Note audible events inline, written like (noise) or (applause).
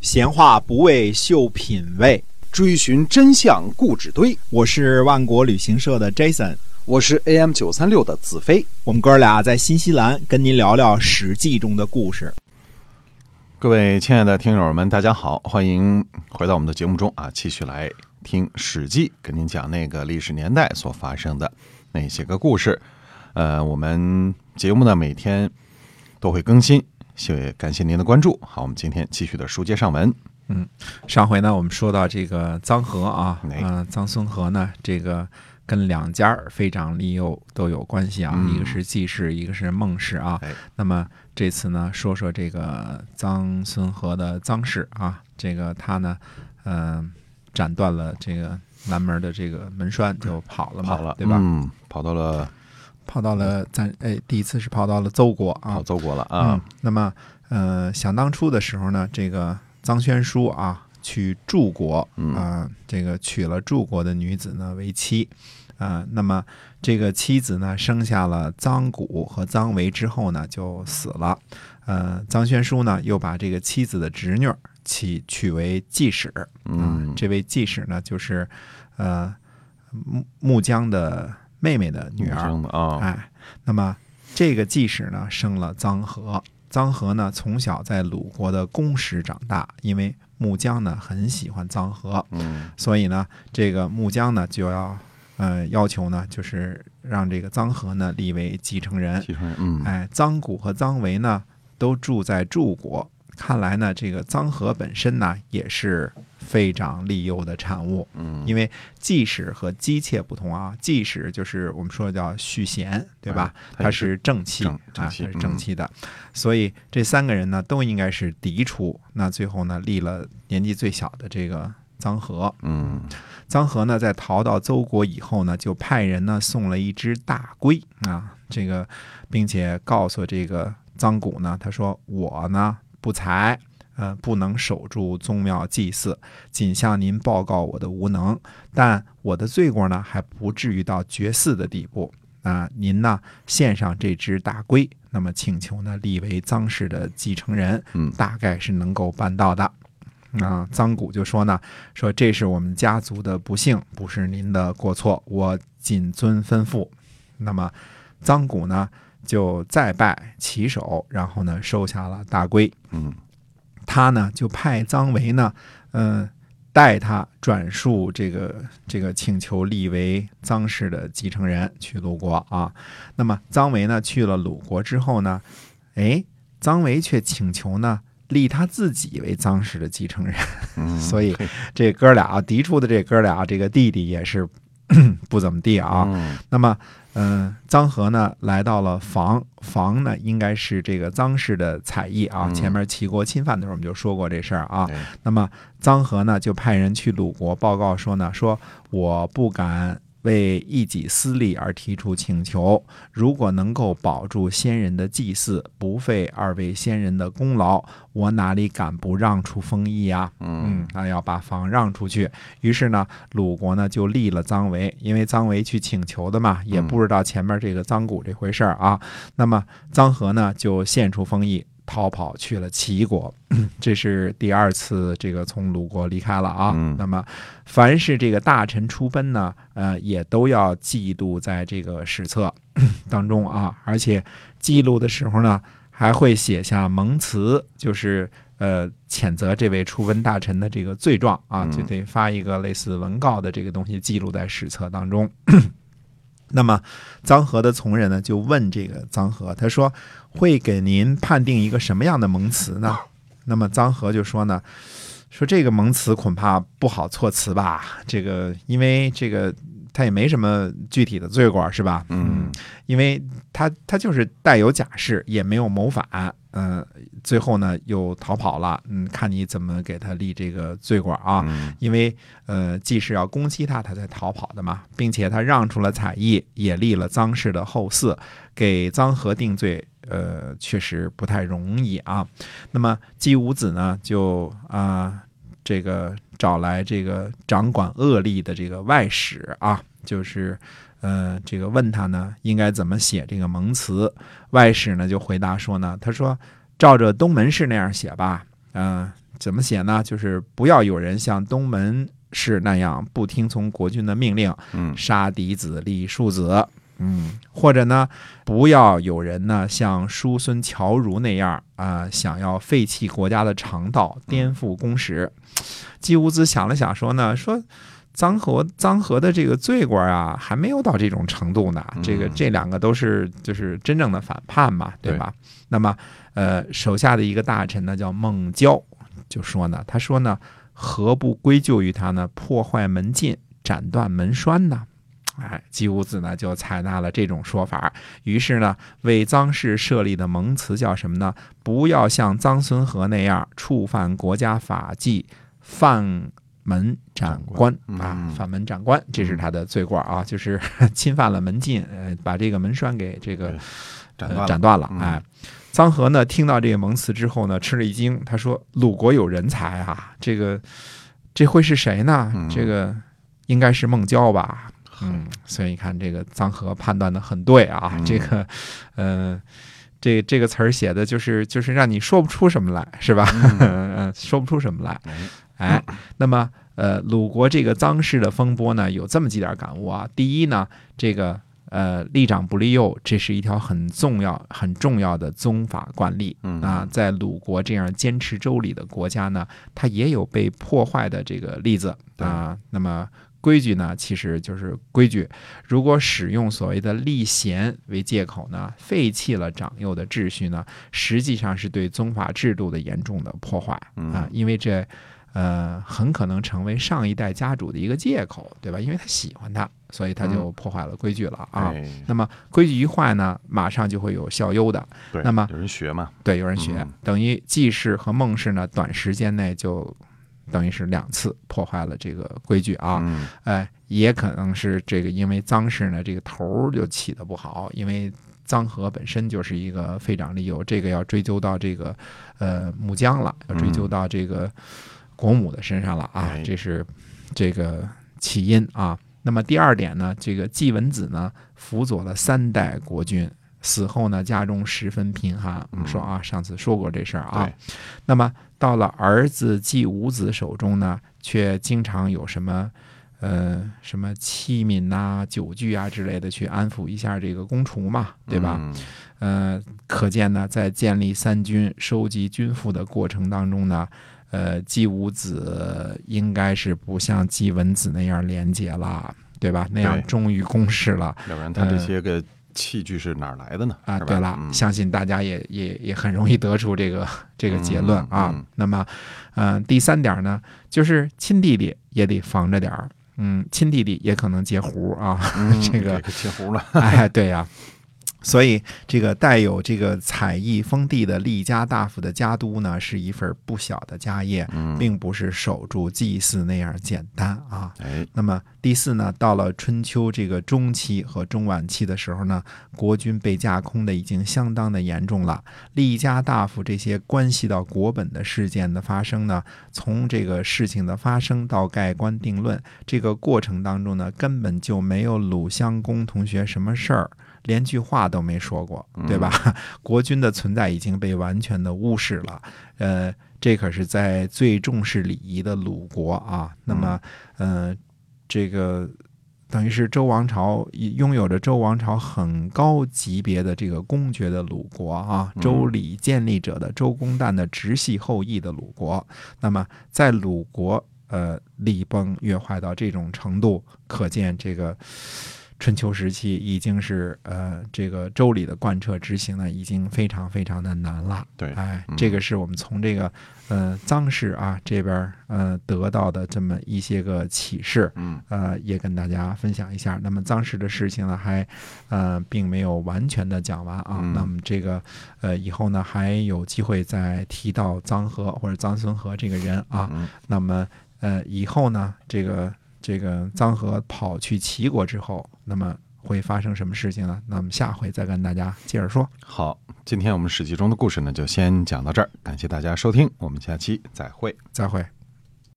闲话不为秀品味，追寻真相故纸堆。我是万国旅行社的 Jason，我是 AM 九三六的子飞。我们哥俩在新西兰跟您聊聊《史记》中的故事。各位亲爱的听友们，大家好，欢迎回到我们的节目中啊，继续来听《史记》，跟您讲那个历史年代所发生的那些个故事。呃，我们节目呢每天都会更新，谢感谢您的关注。好，我们今天继续的书接上文。上回呢，我们说到这个臧和啊，哎呃，臧孙和呢，这个跟两家儿非常利诱都有关系啊，嗯一个是季氏，一个是孟氏啊。哎那么这次呢，说说这个臧孙和的臧氏啊，这个他呢，嗯、斩断了这个南门的这个门栓，就跑了嘛，哎跑了，对吧？嗯，跑到了跑到了咱哎，第一次是跑到了邹国啊，跑邹国了啊嗯。那么，呃，想当初的时候呢，这个臧宣书啊，去柱国嗯啊、这个娶了柱国的女子呢为妻，啊、那么这个妻子呢生下了臧谷和臧维之后呢就死了，呃，臧宣书呢又把这个妻子的侄女儿起娶为季氏，啊嗯，这位季氏呢就是，呃，木木姜的妹妹的嗯女儿，生的啊，哎，那么这个季氏呢，生了臧和。臧和呢，从小在鲁国的宫室长大，因为穆姜呢很喜欢臧和，嗯所以呢，这个穆姜呢就要，呃，要求呢就是让这个臧和呢立为继承人。继承人，嗯，哎，臧谷和臧维呢都住在柱国，看来呢这个臧和本身呢也是非常利诱的产物。嗯，因为季氏和姬妾不同啊，季氏就是我们说的叫续弦，对吧？哎它是正气正啊，正它气是嗯正气的，所以这三个人呢都应该是嫡出。那最后呢，立了年纪最小的这个臧和。嗯，臧和呢，在逃到邹国以后呢，就派人呢送了一只大龟啊，这个，并且告诉这个臧谷呢，他说我呢不才，呃，不能守住宗庙祭祀，仅向您报告我的无能，但我的罪过呢还不至于到绝嗣的地步啊、您呢献上这只大龟，那么请求呢立为臧氏的继承人，嗯大概是能够办到的。啊，臧谷就说呢，说这是我们家族的不幸，不是您的过错，我谨遵吩咐。那么，臧谷呢就再拜起手，然后呢收下了大龟。嗯，他呢就派臧维呢，嗯、代他转述这个这个请求立为臧氏的继承人去鲁国啊。那么臧维呢去了鲁国之后呢，哎，臧维却请求呢立他自己为臧氏的继承人。嗯，所以这哥俩啊嫡出的这哥俩，这个弟弟也是 (coughs) 不怎么地啊。嗯那么，嗯、臧和呢来到了房，房呢应该是这个臧氏的采邑啊。嗯前面齐国侵犯的时候我们就说过这事儿啊。对那么臧和呢就派人去鲁国报告说呢，说我不敢。为一己私利而提出请求，如果能够保住先人的祭祀，不费二位先人的功劳，我哪里敢不让出封邑啊？嗯嗯，那要把房让出去。于是呢，鲁国呢就立了臧维，因为臧维去请求的嘛，也嗯不知道前面这个臧谷这回事儿啊。那么臧和呢就献出封邑，逃跑去了齐国。 (clears throat) 这是第二次这个从鲁国离开了啊。嗯那么，凡是这个大臣出奔呢，呃，也都要记录在这个史册 (clears throat) 当中啊，而且记录的时候呢，还会写下盟辞，就是呃谴责这位出奔大臣的这个罪状啊，嗯就得发一个类似文告的这个东西记录在史册当中。 (clears throat) 那么，臧和的从人呢，就问这个臧和，他说会给您判定一个什么样的盟辞呢？ (coughs) 那么臧和就说呢，说这个盟辞恐怕不好措辞吧，这个因为这个他也没什么具体的罪过是吧？嗯，因为他他就是带有假释，也没有谋反，嗯、最后呢又逃跑了，嗯，看你怎么给他立这个罪过啊。嗯因为呃，季氏要攻击他，他才逃跑的嘛，并且他让出了采邑，也立了臧氏的后嗣，给臧和定罪，呃，确实不太容易啊。那么季武子呢，就啊、这个找来这个掌管恶吏的这个外史啊，就是。呃，这个问他呢，应该怎么写这个盟辞？外史呢就回答说呢，他说照着东门氏那样写吧，嗯、怎么写呢？就是不要有人像东门氏那样不听从国君的命令，嗯杀嫡子立庶子。嗯或者呢，不要有人呢像叔孙侨如那样啊、想要废弃国家的常道，嗯颠覆公史。季武子想了想说呢，说臧和臧和的这个罪过啊，还没有到这种程度呢。这个嗯这两个都是就是真正的反叛嘛，对吧？那么呃，手下的一个大臣呢叫孟郊，就说呢，他说呢，何不归咎于他呢？破坏门禁，斩断门栓呢？哎，姬武子呢就采纳了这种说法，于是呢为臧氏设立的盟词叫什么呢？不要像臧孙和那样触犯国家法纪，犯门斩官斩官啊嗯，犯门斩官，这是他的罪过啊，就是 (laughs) 侵犯了门禁，呃，把这个门栓给这个对斩呃断了斩断了嗯。哎，臧和呢听到这个盟词之后呢，吃了一惊，他说：“鲁国有人才啊，这个这会是谁呢嗯？这个应该是孟郊吧？”嗯，所以你看这个臧和判断的很对啊，嗯这个，呃，这这个词儿写的就是就是让你说不出什么来，是吧？ (laughs) 嗯、说不出什么来。哎哎，那么呃，鲁国这个臧氏的风波呢，有这么几点感悟啊。第一呢，这个呃，立长不立幼，这是一条很重要很重要的宗法惯例。嗯啊，在鲁国这样坚持周礼的国家呢，它也有被破坏的这个例子对啊。那么规矩呢，其实就是规矩。如果使用所谓的立贤为借口呢，废弃了长幼的秩序呢，实际上是对宗法制度的严重的破坏啊嗯，因为这。呃，很可能成为上一代家主的一个借口，对吧？因为他喜欢他，所以他嗯就破坏了规矩了啊。哎那么规矩一坏呢，马上就会有效忧的。对那么有人学嘛，对，有人学，嗯等于季氏和孟氏呢，短时间内就等于是两次破坏了这个规矩啊。嗯呃，也可能是这个因为臧氏呢，这个头儿就起的不好，因为臧和本身就是一个废长立幼，这个要追究到这个呃母姜了，要追究嗯到这个国母的身上了啊，哎这是这个起因啊。那么第二点呢，这个季文子呢辅佐了三代国君，死后呢家中十分贫寒。我们说啊，上次说过这事儿啊。嗯对那么到了儿子季武子手中呢，却经常有什么，呃，什么器皿呐、酒具啊之类的去安抚一下这个公厨嘛，对吧？？嗯呃，可见呢，在建立三军、收集军赋的过程当中呢，呃，季武子应该是不像季文子那样廉洁了，对吧？那样对忠于公事了。要不然他这呃些个器具是哪儿来的呢？啊，是吧对了，嗯相信大家也也也很容易得出这个这个结论啊。嗯嗯那么，嗯、第三点呢，就是亲弟弟也得防着点儿。嗯，亲弟弟也可能截胡 (laughs) 啊。嗯这个给截 (laughs) 胡了，哎，对呀、所以，这个带有这个采邑封地的厉家大夫的家督呢，是一份不小的家业，嗯，并不是守住祭祀那样简单啊。哎，那么第四呢，到了春秋这个中期和中晚期的时候呢，国君被架空的已经相当的严重了。厉家大夫这些关系到国本的事件的发生呢，从这个事情的发生到盖棺定论这个过程当中呢，根本就没有鲁襄公同学什么事儿。连句话都没说过，对吧？ (laughs) 国君的存在已经被完全的忽视了，呃，这可是在最重视礼仪的鲁国啊。那么，呃，这个等于是周王朝拥有着周王朝很高级别的这个公爵的鲁国啊，嗯周礼建立者的周公旦的直系后裔的鲁国。那么在鲁国，呃，礼崩乐坏到这种程度，可见这个。春秋时期已经是呃，这个周礼的贯彻执行呢，已经非常非常的难了。对哎嗯，这个是我们从这个呃臧氏啊这边儿呃得到的这么一些个启示，嗯呃，也跟大家分享一下。那么臧氏的事情呢，还呃并没有完全的讲完啊。嗯那么这个呃以后呢，还有机会再提到臧和或者臧孙和这个人啊。嗯那么呃以后呢，这个这个臧和跑去齐国之后，那么会发生什么事情呢？那么下回再跟大家接着说。好，今天我们史记中的故事呢，就先讲到这儿，感谢大家收听，我们下期再会。再会。